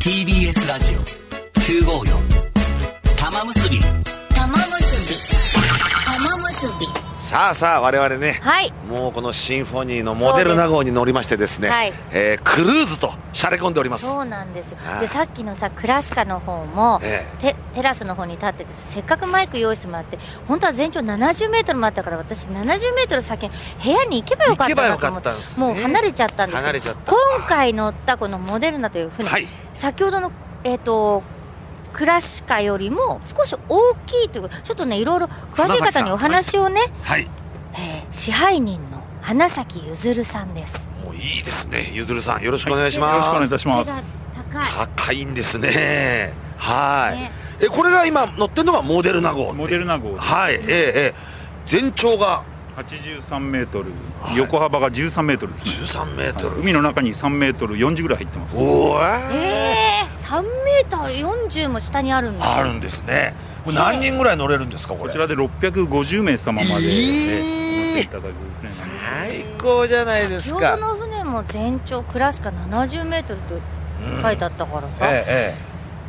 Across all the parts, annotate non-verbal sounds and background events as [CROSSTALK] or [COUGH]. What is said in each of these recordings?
TBS ラジオ954玉結び玉結び玉結びさあさあ我々ね、はいもうこのシンフォニーのモデルナ号に乗りましてですねはいえークルーズとしゃれ込んでおりますそうなんですよはいでさっきのさクラシカの方も、えテテラスの方に立っててさせっかくマイク用意してもらって本当は全長70メートルもあったから私70メートル先に部屋に行けばよかったなと思って行けばよかったんですねもう離れちゃったんです離けれどちゃった今回乗ったこのモデルナという船、はい先ほどのえっ、とクラシカよりも少し大きいということちょっとねいろいろ詳しい方にお話をね、はいえー支配人の花咲ゆずるさんですもういいですねゆずるさんよろしくお願いします、よろしくお願いいたします手が高い高いんですねはいねえこれが今乗ってるのがモデルナ号モデルナナ号はいええええ全長が83メートル、はい横幅が13メートルですね、 13メートル、海の中に3メートル40ぐらい入ってますおおえええ3メートル40も下にあるんだあるんですねこれ何人ぐらい乗れるんですかここれちらで650名様まで、えー乗っていただく船なんで最高じゃないです先ほどかの船も全長クラシカ70メートルと書いてあったからさ、え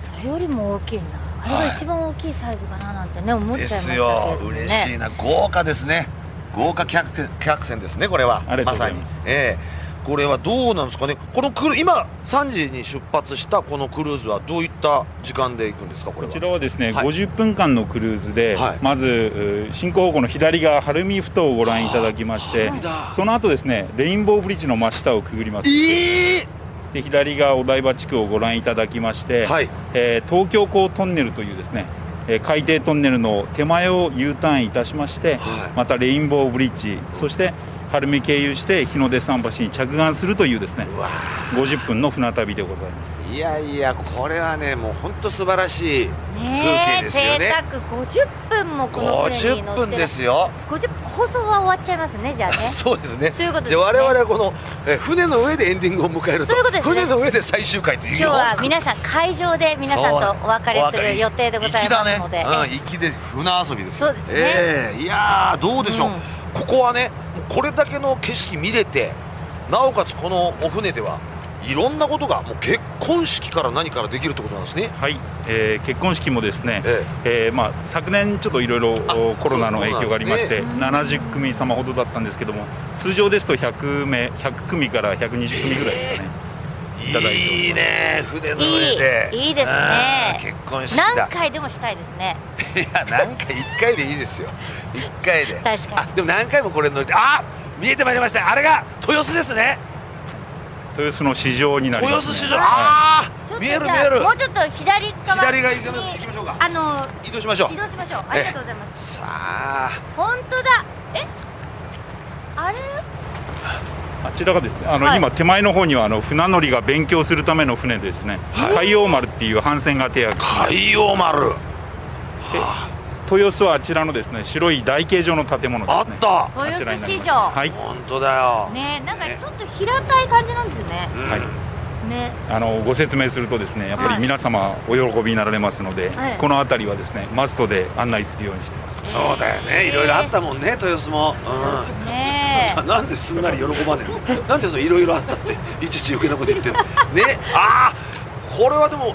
それよりも大きいなあれが一番大きいサイズかななんてね思えっちゃええいましたですけれどよも嬉しいねな豪華ですね豪華客船客船ですねこれはありがとうございにますええこれはどうなんですかねこのクル今3時に出発したこのクルーズはどういった時間で行くんですかこれこはちらはですね、はい50分間のクルーズで、はいまずう進行方向の左側晴海ふ頭をご覧いただきましてあー晴海だその後ですねレインボーブリッジの真下をくぐりますええで左側お台場地区をご覧いただきまして、はいえー東京港トンネルというですね、えー海底トンネルの手前を U ターンいたしまして、はいまたレインボーブリッジそして晴海経由して日の出桟橋に着岸するというですねうわー50分の船旅でございますいやいやこれはねもう本当素晴らしい風ね景えですよ贅ね沢50分もこの船に乗っ50て分ですよ50分放送は終わっちゃいますねじゃあねそうですねそういうことですねで我々はこのえ船の上でエンディングを迎えるとそういうことですね船の上で最終回という今日は皆さん会場で皆さんとお別れする予定でございますので、そうお別れ粋だねうん粋で船遊びですよそうですねええいやーどうでしょう、うんここはねこれだけの景色見れてなおかつこのお船ではいろんなことがもう結婚式から何からできるってことなんですねはい、えー結婚式もですね、ええーまあ、昨年ちょっといろいろあコロナの影響がありましそて、うなんです70組様ほどだったんですけども通常ですと100名100組から120組ぐらいですかね、いただいておりますいいね船の上でいいいいですねうん結婚式だ何回でもしたいですねいや何回1回でいいですよ1回で確かにあでも何回もこれ乗ってあ見えてまいりましたあれが豊洲ですね豊洲の市場になり豊ます、ね、洲市場、はいあちょっあと見じえゃる見えあるもうちょっと左側左側行きまに行きましょうかあの移動しましょう移動しましょうありがとうございますさあ本当だえあれあちらがですねあの、はい今手前の方にはあの船乗りが勉強するための船ですね、はい海洋丸っていう帆船が手役海洋丸、豊洲はあちらのですね白い台形状の建物であすっねた、あちら豊に洲なり市ます場はい、本当だよ、ねなんかちょっと平たい感じなんですよねうんはいねあのご説明するとですねやっぱはいり皆様お喜びになられますので、はいこの辺りはですねマストで案内するようにしてますそうだよねいろいろあったもんね豊洲も、うんね [LAUGHS] あなんですんなり喜ばねえのなんでそのいろいろあったっていちいち余計なこと言ってんのねああこれはでも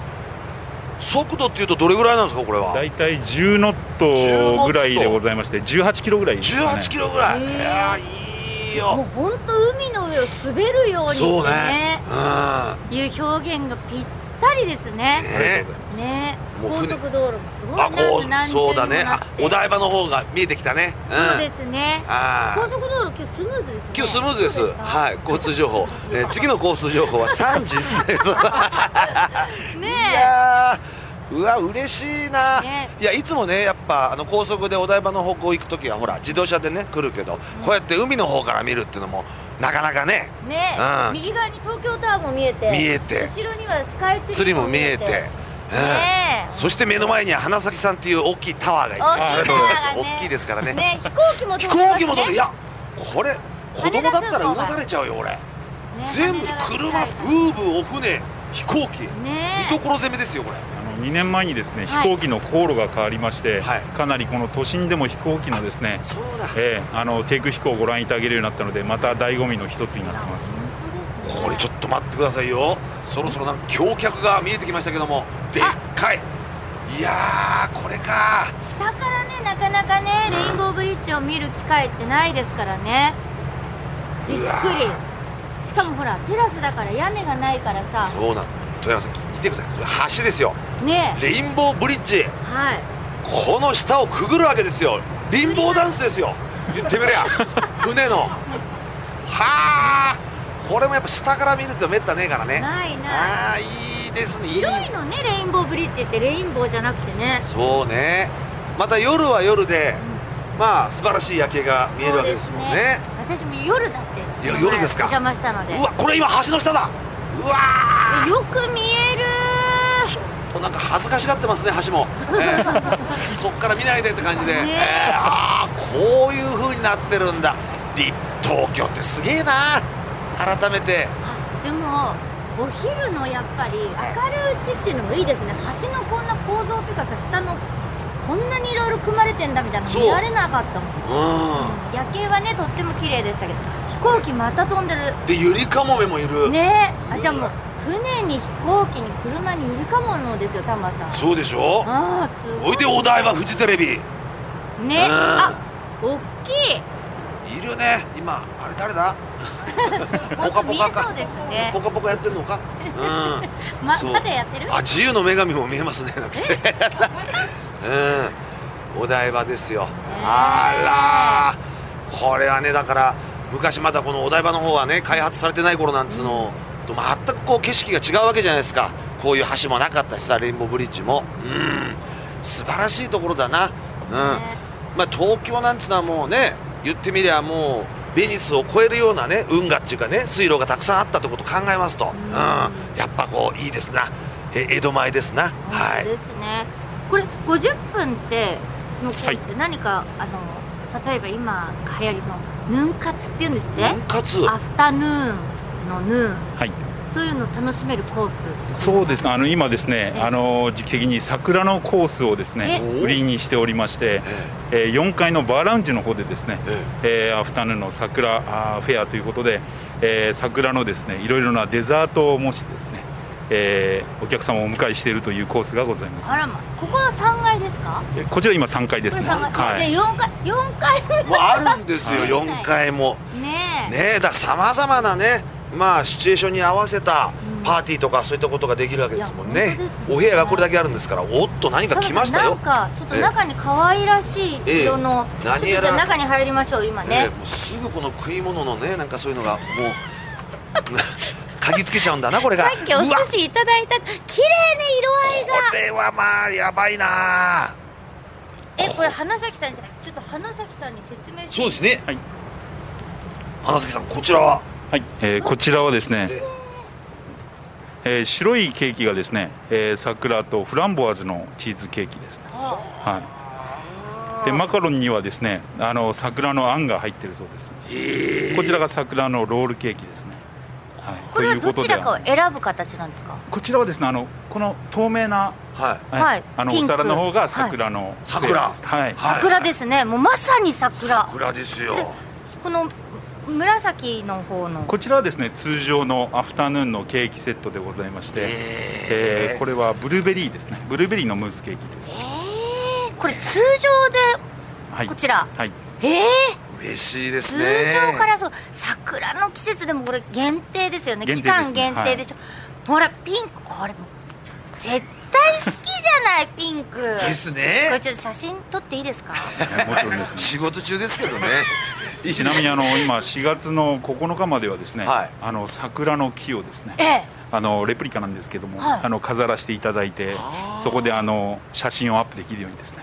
速度っていうとどれぐらいなんですかこれは大体10ノットぐらいでございまして18キロぐらいですかね18キロぐらい、へえいやーいいもうよ本当海の上を滑るようにそうってねねうんいう表現がぴったりですねねねもう高船速道路もすごいあこ長く何う重にもそうだねなっあてお台場の方が見えてきたねうんそうですねあ高あ速道路今日スムーズですね今日スムーズですそうかはい交通情報、えー次の交通情報は3時ねいやーうわ嬉しいな、ねいやいつもねやっぱあの高速でお台場の方向行く時はほら自動車でね来るけど、こうやって海の方から見るっていうのもなかなかねえねえうん右側に東京タワーも見えて見えて後ろにはスカイツ釣リりーもも見見ええてて、ねうん、えそして目の前には花咲さんっていう大きいタワーがいて大きいタワーがね大きいですからねね飛行機も飛飛んでますね行機も乗るいやこれ子供だったら動かされちゃうよ俺ね全部羽田が近車いブーブーお船飛行機ね見どころ攻めですよこれあの2年前にですねは飛い行機の航路が変わりまして、はいかなりこの都心でも飛行機のですね、そうだええあの低空飛行をご覧いただけるようになったのでまた醍醐味の一つになってます本当ですねこれちょっと待ってくださいよそろそろなんか橋脚が見えてきましたけどもでっかいいやーこれか下からねなかなかねレインボーブリッジを見る機会ってないですからねじっくうりわしかもほらテラスだから屋根がないからさそうなん富山さん見てくださいこれ橋ですよねえレインボーブリッジはいこの下をくぐるわけですよリンボーダンスですよ言ってみ [LAUGHS] りゃ船のはあこれもやっぱ下から見るとめったねえからねないないああいいですねいい広いのねレインボーブリッジってレインボーじゃなくてねそうねまた夜は夜で、まあ素晴らしい夜景が見えるわけですもんねそうですね私も夜だっていや夜ですかお邪魔したのでうわこれ今橋の下だうわでよく見えるちょっとなんか恥ずかしがってますね橋 [LAUGHS] も、ええそっから見ないでって感じで、ねえええああこういう風になってるんだ立東京ってすげえな改めてあでもお昼のやっぱり明るいうちっていうのもいいですね橋のこんな構造っていうかさ下のこんなにいろいろ組まれてんだみたいなのそう見られなかったもんう夜景はねとっても綺麗でしたけど飛行機また飛んでるんでゆりかもめもいる、ねえあうんじゃあもう船に飛行機に車にいるかものですよタマさんそうでしょああすごおいいでお台場フジテレビいねうんあ大きいるね今あれ誰だ本当見えそうですねポカポカやってるの [LAUGHS] かうんまそうまだやってるあ自由の女神も見えますねなんて [LAUGHS] うんお台場ですよあらこれはねだから昔まだこのお台場の方はね開発されてない頃なんつうのと全くこう景色が違うわけじゃないですかこういう橋もなかったしさレインボーブリッジもうん素晴らしいところだなうん、ねまあ東京なんつうのはもうね言ってみりゃもうベニスを超えるようなね運河っていうかね水路がたくさんあったってことを考えますと、うん、やっぱこういいですなえ江戸前ですなは本当いですねこれ50分ってのコースはいで何か、あの例えば今流行りのヌン活っていうんですって分割アフタヌーンのヌーンはいそういうのを楽しめるコースそうですねあの今ですねええあの時期的に桜のコースをですねええ売りにしておりまして、えー4階のバーラウンジの方でですね、ええーアフタヌーンの桜あーフェアということで、えー桜のですねいろいろなデザートを模してですね、えーお客様をお迎えしているというコースがございますあらまここは3階ですかえーこちら今3階でこすれね3は階、いで4階4階もうあるんですよはい4階も [LAUGHS] ねえねえださまざまなねまあシチュエーションに合わせたうんパーティーとかそういったことができるわけですもんいやね本当ですねお部屋がこれだけあるんですからおっと何か来ましたよなんかちょっと中に可愛らしい色の、ええ何やちょらっとじゃあ中に入りましょう今ねね、もうすぐこの食い物のねなんかそういうの [LAUGHS] がもうな嗅ぎつけちゃうんだなこれがさっきお寿うわ司いただいた綺麗ね色合いがこれはまあやばいなえこれ花咲さんじゃないちょっと花咲さんに説明してそうですねはい花咲さんこちらははいえーこちらはですねえ、えー白いケーキがですね、えー桜とフランボワーズのチーズケーキですね、はい、でマカロンにはですねあの桜のあんが入ってるそうですえこちらが桜のロールケーキですね。はい、これはどとちらいうことでかを選ぶ形なんですかこちらはですね、あのこの透明な、ははいあのピンおク皿の方が桜の、桜はいい、桜ですねもうまさに桜桜ですよこの紫の方のこちらはですね、通常のアフタヌーンのケーキセットでございまして、ええーこれはブルーベリーですね、ブルーベリーのムースケーキです。えー、これ通は常いでこちら、はい、え嬉しいでー、す通ね常からそう桜の季節でもこれ限定ですよね限期定で間すね限定でしょ、ほらピンクこれも絶対好きじゃないピンクですこねれちょっと写真撮っていいですかえーもちろんですね。仕事中ですけどねちなみにあの今4月の9日まではですね、はいあの桜の木をですね、ええあのレプリカなんですけども、はいあの飾らせていただいてあーそこであの写真をアップできるようにですね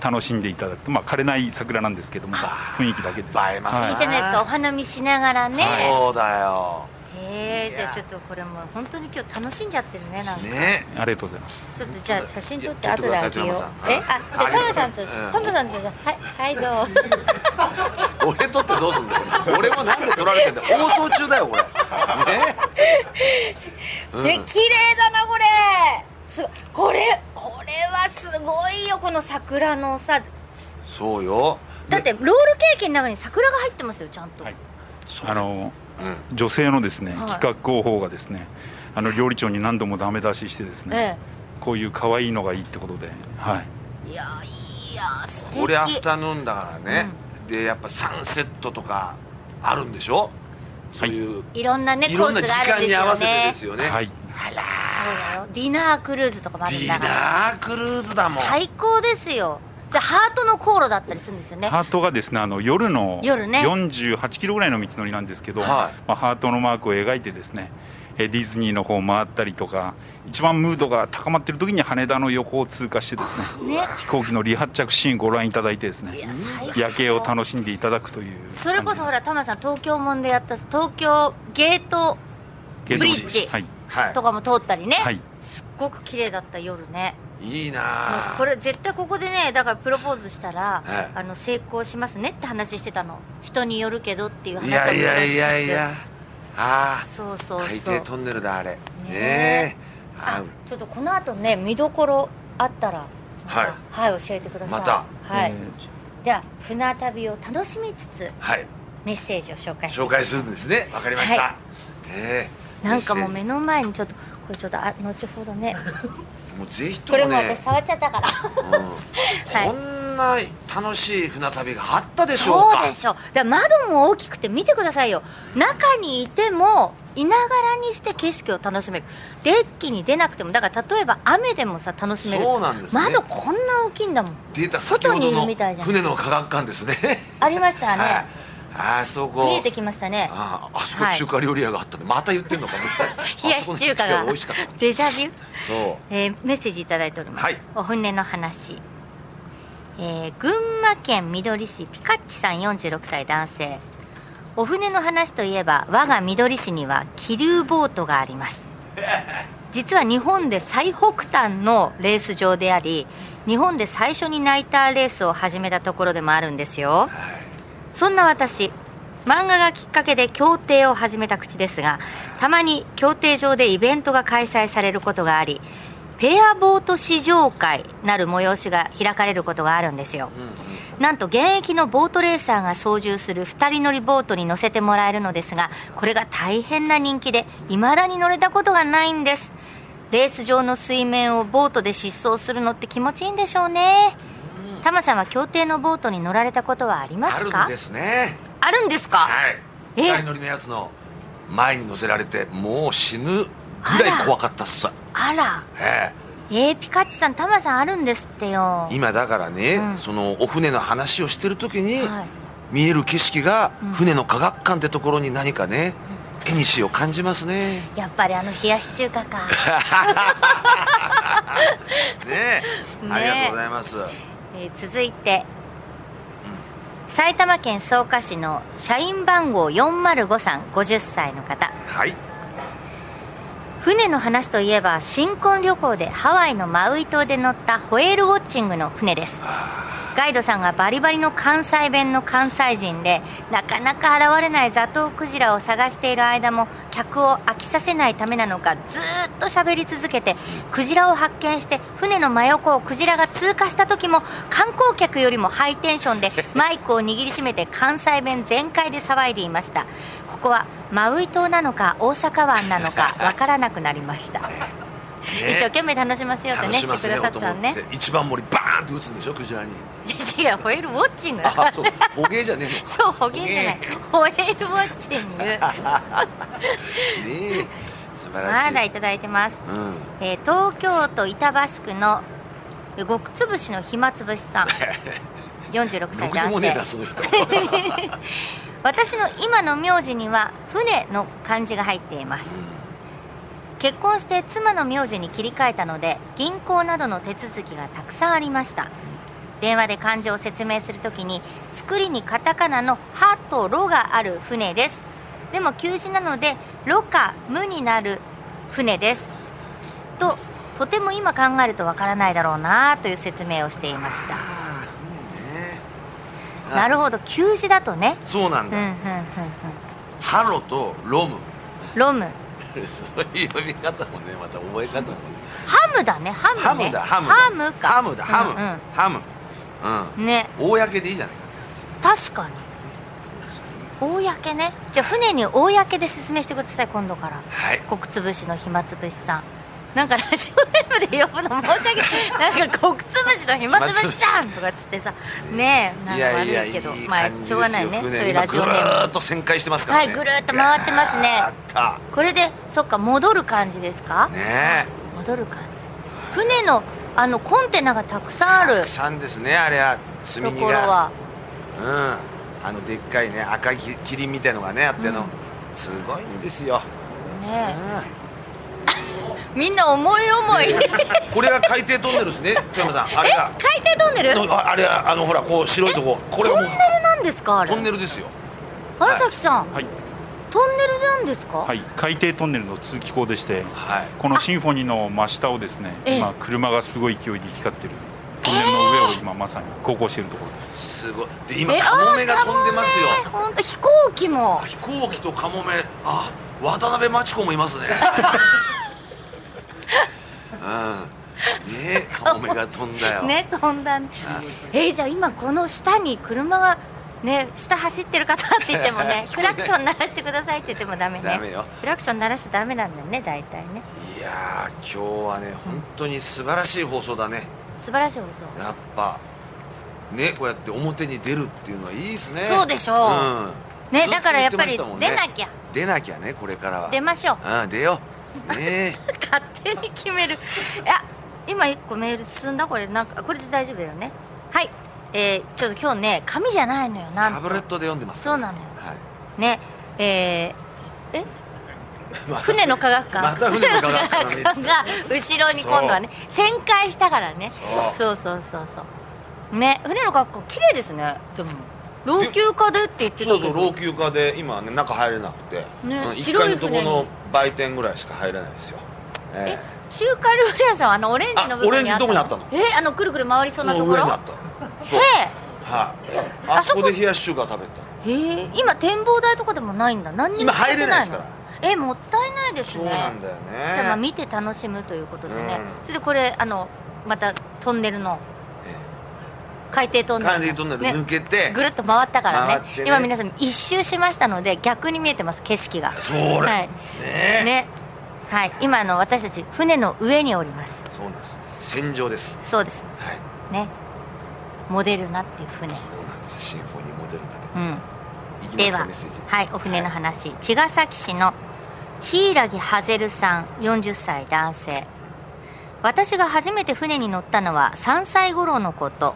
楽しんでいただくと、まあ、枯れない桜なんですけども雰囲気だけです、映えますねいいはじゃないですかお花見しながら [LAUGHS] ね、そうだよへえいやじゃあちょっとこれもう本当に今日楽しんじゃってるねなんか、ねい、ありがとうございますちょっとじゃあ写真撮っていや撮後ってでください開けようえあじゃあトラマさんタマさんとうんタマさんとじゃあはいはいどうぞ俺撮ってどうすんだよ俺もなんで撮られてんだよ放送中だよこれねうんね綺麗だなこれすごいこれこれはすごいよこの桜のさそうよだってロールケーキの中に桜が入ってますよちゃんと、、はいそうあの女性のですね、企画広報がですねあの料理長に何度もダメ出ししてですね、こういう可愛いのがいいってことで、はいいやいや素敵これアフタヌーンだからね、でやっぱサンセットとかあるんでしょそういう、いろんなねいコろんースな時があるんで間すに合わよせてねですよね、はいそあらうだよディナークルーズとかもあデるんィだからナークルーズだもん最高ですよそれハートの航路だったりするんですよねハートがですねあの夜の夜ね48キロぐらいの道のりなんですけど、はいまあ、ハートのマークを描いてですねえーディズニーの方を回ったりとか一番ムードが高まってる時に羽田の横を通過してです [LAUGHS] ねね飛行機の離発着シーンご覧いただいてですいねや最高夜景を楽しんでいただくというそれこそほららタマさん東京門でやった東京ゲートブリッジはい、はとかも通ったりね、はい、すっごく綺麗だった夜ねいいいなもうあこれ絶対ここでねだからプロポーズしたら、はいあの成功しますねって話してたの人によるけどっていう話いをやいやいやいやあそうあそう海そう底トンネルだあれねええああちょっとこの後ね見どころあったらまたはい、教えてくださいまたはい、えでは船旅を楽しみつつはいメッセージを紹介紹介するんですねわかりました、はいねえなんかもうメ目ッの前にちょっとこれちょっとあ後ほどねセージもうぜひとこれももう私ね触っちゃったからうんこんな楽しい船旅があったでしょうそうかでしょだから窓も大きくて見てくださいよ中にいてもいながらにして景色を楽しめるデッキに出なくてもだから例えば雨でもさ楽しめるそうなんですね窓こんな大きいんだもん出た先外にほどいるのみたいじゃん船の科学館ですねありましたね、はいあそこ見えてきましたねああそこ中華料理屋があったんでまた言ってんのかもみた [LAUGHS] 冷いなやし中華あそこのが美味しかったデジャビューそうえーメッセージいただいております、はいお船の話、えー群馬県みどり市ピカッチさん46歳男性お船の話といえば我がみどり市には気流ボートがあり [LAUGHS] ます実は日本で最北端のレース場であり日本で最初にナイターレースを始めたところでもあるんですよそんな私漫画がきっかけで競艇を始めた口ですがたまに競艇場でイベントが開催されることがありペアボート試乗会なる催しが開かれることがあるんですよ、なんと現役のボートレーサーが操縦する2人乗りボートに乗せてもらえるのですがこれが大変な人気で未だに乗れたことがないんですレース場の水面をボートで疾走するのって気持ちいいんでしょうねタマさんは競艇のボートに乗られたことはありまあするかんですねあるんですか、はいえ二人乗りのやつの前に乗せられてもう死ぬぐらい怖かったっすあらええー、ピカッチさんタマさんあるんですってよえ今だからね、うんそのお船の話をしてる時に、はい見える景色がうん船の科学館ってところに何かね、絵にしを感じますねやっぱりあの冷やし中華 [LAUGHS] かねえねえありがとうございますえー続いて埼玉県草加市の社員番号405さん50歳の方はい船の話といえば新婚旅行でハワイのマウイ島で乗ったホエールウォッチングの船ですガイドさんがバリバリの関西弁の関西人でなかなか現れないザトウクジラを探している間も客を飽きさせないためなのかずーっと喋り続けてクジラを発見して船の真横をクジラが通過した時も観光客よりもハイテンションでマイクを握りしめて関西弁全開で騒いでいましたここはマウイ島なのか大阪湾なのかわからなくなりました、一生懸命楽しませようと楽ねししてませくだよさっうとた思っのて、ね一番盛りバーンって打つんでしょクジ [LAUGHS] ラに違うホエールウォッチングだからあそう捕鯨じゃねえのかそう捕鯨じゃないホエールウォッチ [LAUGHS] ングねえ素晴らましいだいただいてます、うんえー東京都板橋区の極つぶしの暇つぶし [LAUGHS] さん46ろ歳くでも男ねえ性なそ [LAUGHS] の人私の今の名字には船の漢字が入っています、結婚して妻の名字に切り替えたので銀行などの手続きがたくさんありました電話で漢字を説明するときに作りにカタカナの「ハ」と「ロ」がある船ですでも休止なので「ロ」か「ム」になる船ですととても今考えるとわからないだろうなという説明をしていましたあーねえなるほど休止だとねそうなんうんだ、うんうんうんハロとロムロムそういう呼び方もねまた覚え方もねハムだねハムねハムだハムだハムかハムだハム、ハムム、うんねうん公でいいじゃないかって確かに公ねじゃあ船に公で説明してください今度からはい国潰しの暇つぶしさんなんかラジオネームで呼ぶの申し訳ないなんか国潰しの暇つぶしさんとかつってさねえなんいかやいや悪いいい感けじどですよまあしょうがないねそう船いう今ラぐジるオネームーっと旋回してますからねはいぐるーっと回ってますねぐーっこれでそっか戻る感じですかとね戻る感じ船のあのコンテナがたくさんあえるたくさんですねあれはと積み荷ころがはうんあのでっかいね赤きキリンみたいのがねあっての、うんすごいんですよ、うねんえみんな思い思いこれが海底トンネルですね富山さんあれえが海底トンネルトンネああれはあのほらこう白いとここれもうルなんですかあれトンネルですよ荒崎さん、はい、トンネルなんですか、はい、海底トンネルの通気口でしてはいこのシンフォニーの真下をですねええ今車がすごい勢いで行き交ってるトンネルの上を今まさに航行しているところですすごいで今カモメが飛んでますよ本当飛行機も飛行機とカモメあ渡辺真知子も [LAUGHS] いますねうんねえカモメが飛んだよ、ね飛んだねえーじゃあ今この下に車がね下走ってる方って言っても [LAUGHS] ねクラクション鳴らしてくださいって言ってもダメねダメよクラクション鳴らしちゃダメなんだよね大体ねいやー今日はね本当に素晴らしい放送だね素晴らしい放送やっぱねこうやって表に出るっていうのはいいですねそうでしょううんねだからやっぱりず出と言てまなしたもんねきゃ出なきゃねこれからは出ましょううん出よ [LAUGHS] うね勝手に決めるいや今一個メール進んだこれなんかこれで大丈夫だよねはいえー、ちょっと今日ね紙じゃないのよえなタんブとレットで読んでますそうなのよはいねえー、えま [LAUGHS] た船の科学館また船の科学館の [LAUGHS] ねが後ろに今度はね旋回したからねそうそうそうそうね船の格好綺麗ですねでも老朽化でって言ってたけそどうそう老朽化で今ね中入れなくて、ねうん一白階い船にのとこの売店ぐらいしか入れないですよ、ええ中華料理屋さんはあのオレンジの部分にああったオレンジのとこにあったののえあのくるくる回りそえうなともこう上ろにあへったのそうはい、ああそそここで冷やし中華食べたえへえ今展望台とかでもないんだ何にも今入れないです使っかてらのえもったいないですねそうなんだよねじゃあまあ見て楽しむということでね、うんそれでこれあのまたトンネルのえ海底トンネルの管理トンネル抜けて、ぐるっと回ったからね回ってね今皆さん一周しましたので逆に見えてます景色がそれ、はいねえねはい今あの私たち船の上におりますそうなんです戦場ですそうですはいねモデルナっていう船そうなんですシンフォニーモデルナでうんいきまですかはメッセージはいお船の話、茅ヶ崎市の柊ハゼルさん40歳男性私が初めて船に乗ったのは3歳頃のこと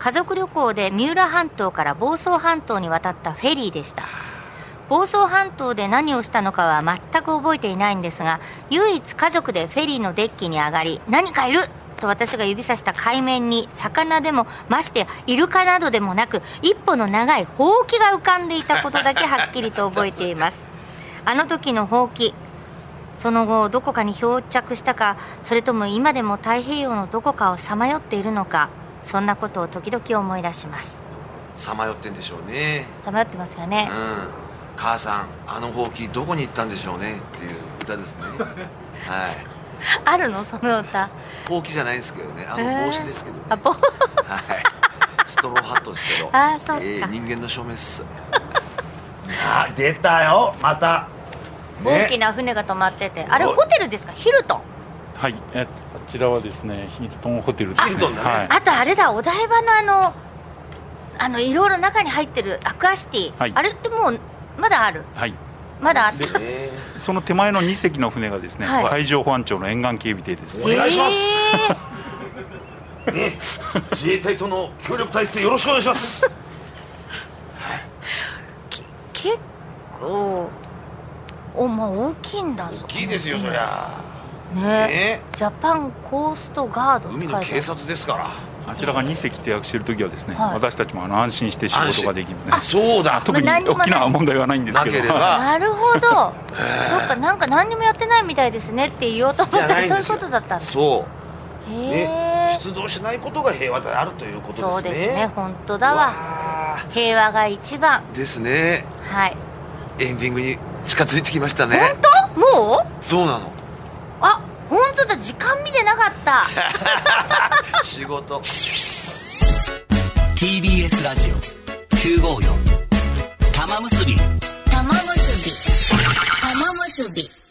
家族旅行で三浦半島から房総半島に渡ったフェリーでした房総半島で何をしたのかは全く覚えていないんですが唯一家族でフェリーのデッキに上がり何かいると私が指さした海面に魚でもましてやイルカなどでもなく一歩の長いほうきが浮かんでいたことだけはっきりと覚えています [LAUGHS] あの時のほうきその後どこかに漂着したかそれとも今でも太平洋のどこかをさまよっているのかそんなことを時々思い出しますさまよってんでしょうねさまよってますよねうん母さんあのほうきどこに行ったんでしょうねっていう歌です [LAUGHS] ねはい [LAUGHS] あるのその [LAUGHS] 歌ほうきじゃないんですけどねあえのー帽子ですけどね、あぼはいストローハットですけどあーそっかえー人間の証明っす [LAUGHS] あー出たよまた、大きなな船が止まってて、あれすごいホテルですかヒルトン、はいえあちらはですねヒルトンホテルですねヒルトンだねはいあとあれだお台場のあのあのいろいろ中に入ってるアクアシティ、はいあれってもうまだあるはい、まだあったえその手前の2隻の船がですね、はい海上保安庁の沿岸警備艇ですお願いしますえーね自衛隊との協力体制よろしくお願いしますー結構おまあ大きいんだぞ大きいですよそりゃねねジャパンコーストガードって書い海てあのる警察ですからあちらが2隻停泊している時はですね、はい私たちもあの安心して仕安事心ができるねそうだ特にまあ何も大ないきな問題はないんですけどなければなるほどそ [LAUGHS] っかなんか何にもやってないみたいですねって言おうと思じっゃたないんらですそうよいうことだったんですそへえ、うね出動しないことが平和であるということですねそうですね本当だわわ平和が一番ーですねはいエンディングに近づいてきましたね本当もうそうなのあ本当だ時間見てなかった仕事 TBS ラジオ954玉玉結び玉結び玉結び